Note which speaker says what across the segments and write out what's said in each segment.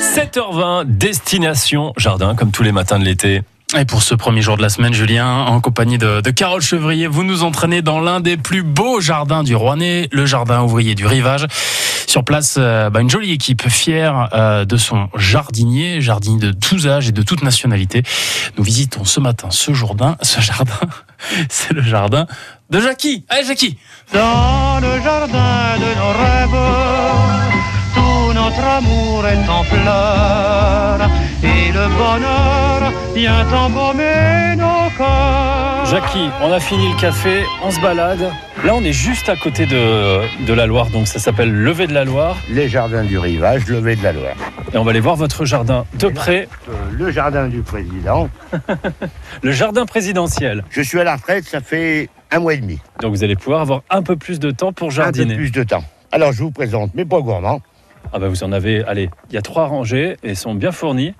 Speaker 1: 7h20, destination jardin, comme tous les matins de l'été.
Speaker 2: Et pour ce premier jour de la semaine, Julien, en compagnie de, de Carole Chevrier, vous nous entraînez dans l'un des plus beaux jardins du Rouennais, le jardin ouvrier du Rivage. Sur place, euh, bah, une jolie équipe fière euh, de son jardinier, jardinier de tous âges et de toute nationalité. Nous visitons ce matin ce jardin, ce jardin, c'est le jardin de Jackie. Allez Jackie
Speaker 3: Dans le jardin de nos rêves, tout notre amour est en fleurs et le bonheur vient embaumer nos corps.
Speaker 1: Jackie, on a fini le café, on se balade. Là, on est juste à côté de, de la Loire, donc ça s'appelle Levé de la Loire.
Speaker 4: les jardins du rivage, levé de la Loire.
Speaker 1: Et on va aller voir votre jardin de près,
Speaker 4: Euh, Le jardin du président.
Speaker 1: le jardin présidentiel.
Speaker 4: Je suis à la retraite, ça fait un mois et demi.
Speaker 1: Donc vous allez pouvoir avoir un peu plus de temps pour
Speaker 4: Un peu
Speaker 1: jardiner.
Speaker 4: plus de temps. Alors je vous présente mes pois gourmands,
Speaker 1: Ah bah vous en avez, allez, il y a trois rangées et elles sont bien fournies.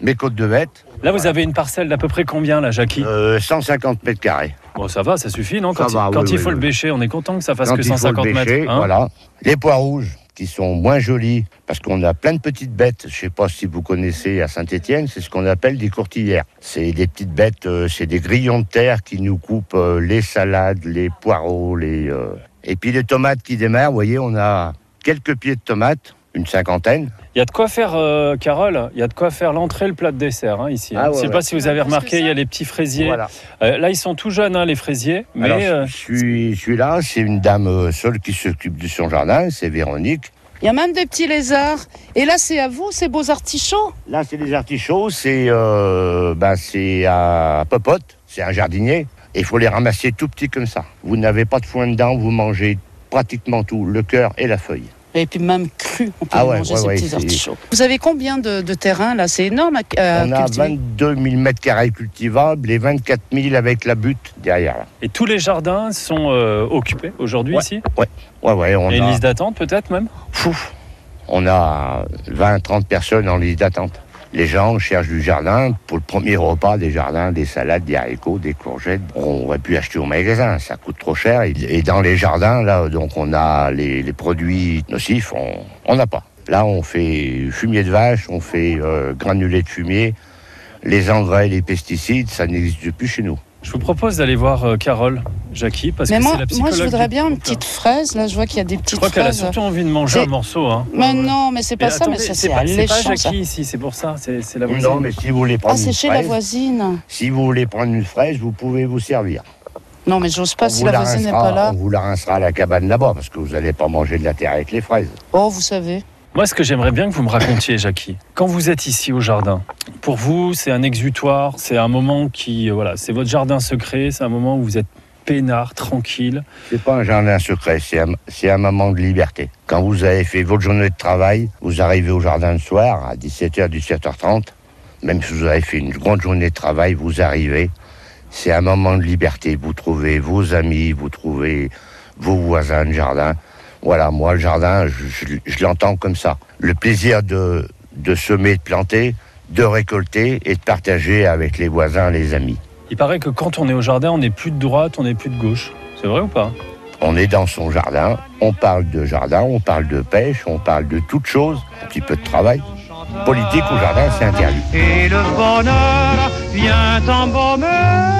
Speaker 4: mes côtes de bête,
Speaker 1: Là, vous avez une parcelle d'à peu près combien, là, Jackie
Speaker 4: euh, 150 mètres carrés.
Speaker 1: Bon, ça va, ça suffit, non Quand,
Speaker 4: Ça va,
Speaker 1: il, quand
Speaker 4: oui,
Speaker 1: il
Speaker 4: oui,
Speaker 1: faut le
Speaker 4: oui.
Speaker 1: bêcher, on est content que ça fasse
Speaker 4: Quand
Speaker 1: que
Speaker 4: il faut le
Speaker 1: 150
Speaker 4: bêcher,
Speaker 1: mètres. hein.
Speaker 4: voilà. Les pois rouges, qui sont moins jolis, parce qu'on a plein de petites bêtes. Je ne sais pas si vous connaissez à Saint-Étienne, c'est ce qu'on appelle des courtillères. C'est des petites bêtes, euh, c'est des grillons de terre qui nous coupent euh, les salades, les poireaux, les... euh, Et puis les tomates qui démarrent, vous voyez, on a quelques pieds de tomates, une cinquantaine.
Speaker 1: Il y a de quoi faire, euh, Carole, il y a de quoi faire l'entrée, le plat de dessert, hein, ici.
Speaker 4: Ah
Speaker 1: hein.
Speaker 4: ouais,
Speaker 1: Je sais
Speaker 4: ouais.
Speaker 1: pas si vous avez
Speaker 5: Plus que
Speaker 1: remarqué, il y a
Speaker 5: ça.
Speaker 1: les petits fraisiers.
Speaker 4: Voilà.
Speaker 1: Euh, là, ils sont tout jeunes, hein, les fraisiers, mais...
Speaker 4: Alors,
Speaker 1: euh,
Speaker 4: celui- celui-là, c'est une dame euh, seule qui s'occupe de son jardin, c'est Véronique.
Speaker 5: Il y a même des petits lézards. Et là, c'est à vous, ces beaux artichauts.
Speaker 4: Là, c'est des artichauts, c'est euh, ben, c'est à Popote, c'est un jardinier. Et Il faut les ramasser tout petits comme ça. Vous n'avez pas de foin dedans, vous mangez pratiquement tout, le cœur et la feuille.
Speaker 5: Et puis même cru, on peut
Speaker 4: Ah
Speaker 5: les
Speaker 4: ouais,
Speaker 5: manger
Speaker 4: ouais,
Speaker 5: ces
Speaker 4: ouais,
Speaker 5: petits
Speaker 4: c'est-
Speaker 5: artichauts. Vous avez combien de, de terrain là C'est énorme à, à
Speaker 4: On a
Speaker 5: cultiver.
Speaker 4: 22 000 mètres carrés cultivables et 24 000 avec la butte derrière. là.
Speaker 1: Et tous les jardins sont euh, occupés aujourd'hui, ici
Speaker 4: Ouais, ouais, on
Speaker 1: Il y a une
Speaker 4: a,
Speaker 1: liste d'attente, peut-être, même
Speaker 4: Pouf. on a 20-30 personnes en liste d'attente. Les gens cherchent du jardin pour le premier repas, des jardins, des salades, des haricots, des courgettes. On aurait pu acheter au magasin, ça coûte trop cher. Et- Et dans les jardins, là, donc on a les, les produits nocifs, on- on n'a pas. Là, on fait fumier de vache, on fait euh, granulé de fumier. Les engrais, les pesticides, ça n'existe plus chez nous.
Speaker 1: Je vous propose d'aller voir euh, Carole, Jackie, parce
Speaker 5: Mais
Speaker 1: que
Speaker 5: moi,
Speaker 1: c'est la
Speaker 5: moi,
Speaker 1: psychologue
Speaker 5: je voudrais
Speaker 1: du
Speaker 5: bien une
Speaker 1: groupe, hein.
Speaker 5: petite fraise. Là, je vois qu'il y a des
Speaker 1: Je
Speaker 5: petites
Speaker 1: crois qu'elle a
Speaker 5: fraises.
Speaker 1: surtout envie de manger
Speaker 5: C'est-
Speaker 1: un morceau. Hein.
Speaker 5: Mais non, mais c'est pas
Speaker 1: Mais
Speaker 5: ça,
Speaker 1: attendez,
Speaker 5: mais
Speaker 1: c'est
Speaker 5: ça, c'est
Speaker 1: pas, c'est pas
Speaker 5: alléchant. ça.
Speaker 1: Jackie Oh, ici, c'est pour ça, c'est c'est la voisine.
Speaker 4: Non, mais si vous voulez prendre
Speaker 5: Ah, c'est
Speaker 4: une
Speaker 5: chez la
Speaker 4: fraise,
Speaker 5: voisine.
Speaker 4: si vous voulez prendre une fraise, vous pouvez vous servir.
Speaker 5: Non, mais j'ose pas
Speaker 4: On
Speaker 5: si
Speaker 4: vous
Speaker 5: la
Speaker 4: la
Speaker 5: voisine n'est
Speaker 4: rincera-
Speaker 5: pas là.
Speaker 4: On vous la rincera à la cabane là-bas, parce que vous n'allez pas manger de la terre avec les fraises.
Speaker 5: Oh, vous savez.
Speaker 1: Moi, ce que j'aimerais bien que vous me racontiez, Jackie, quand vous êtes ici au jardin, pour vous, c'est un exutoire, c'est un moment qui, euh, voilà, c'est votre jardin secret, c'est un moment où vous êtes peinard, tranquille.
Speaker 4: C'est pas un jardin secret, c'est un, c'est un moment de liberté. Quand vous avez fait votre journée de travail, vous arrivez au jardin le soir à 17h, 17h30. Même si vous avez fait une grande journée de travail, vous arrivez. C'est un moment de liberté. Vous trouvez vos amis, vous trouvez vos voisins de jardin. Voilà, moi, le jardin, je, je- je l'entends comme ça. Le plaisir de, de semer, de planter, de récolter et de partager avec les voisins, les amis.
Speaker 1: Il paraît que quand on est au jardin, on n'est plus de droite, on n'est plus de gauche. C'est vrai ou pas
Speaker 4: On est dans son jardin, on parle de jardin, on parle de pêche, on parle de toutes choses, un petit peu de travail. Politique au jardin, c'est interdit.
Speaker 3: Et le bonheur vient embaumer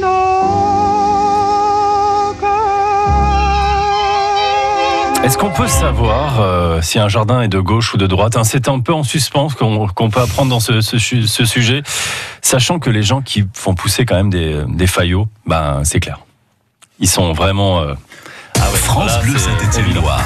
Speaker 3: nos corps.
Speaker 1: Est-ce qu'on peut savoir euh, si un jardin est de gauche ou de droite hein, C'est un peu en suspens ce qu'on qu'on peut apprendre dans ce, ce su- ce sujet, sachant que les gens qui font pousser quand même des, des faillots, ben c'est clair. Ils sont vraiment... euh, ah ouais,
Speaker 6: France
Speaker 1: là,
Speaker 6: Bleu
Speaker 1: c'est-
Speaker 6: Saint-Étienne-Loire.